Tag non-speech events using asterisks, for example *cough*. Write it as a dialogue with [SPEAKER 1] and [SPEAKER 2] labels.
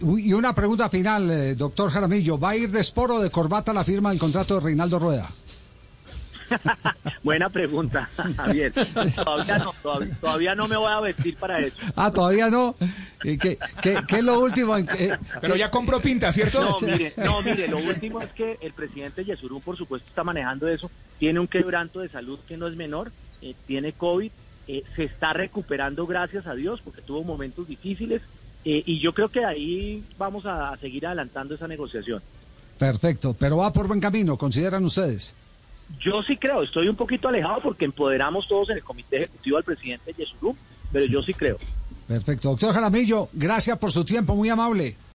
[SPEAKER 1] Y una pregunta final, eh, doctor Jaramillo. ¿Va a ir de esporo de corbata la firma del contrato de Reinaldo Rueda?
[SPEAKER 2] Buena pregunta, *laughs* Javier. Todavía no, todavía, todavía no me voy a vestir para eso.
[SPEAKER 1] Ah, todavía no. ¿Y ¿Qué, qué, qué es lo último? en que- eh,
[SPEAKER 3] Pero ya compró pinta, ¿cierto?
[SPEAKER 2] No, mire, no, mire, lo último es que el presidente Yesurún, por supuesto, está manejando eso. Tiene un quebranto de salud que no es menor, eh, tiene COVID, eh, se está recuperando, gracias a Dios, porque tuvo momentos difíciles. eh, y yo creo que de ahí vamos a, a seguir adelantando esa negociación.
[SPEAKER 1] Perfecto, pero va por buen camino, consideran ustedes.
[SPEAKER 2] Yo sí creo, estoy un poquito alejado porque empoderamos todos en el comité ejecutivo al presidente Yesurún, pero yo sí creo.
[SPEAKER 1] Perfecto. Doctor Jaramillo, gracias por su tiempo, muy amable.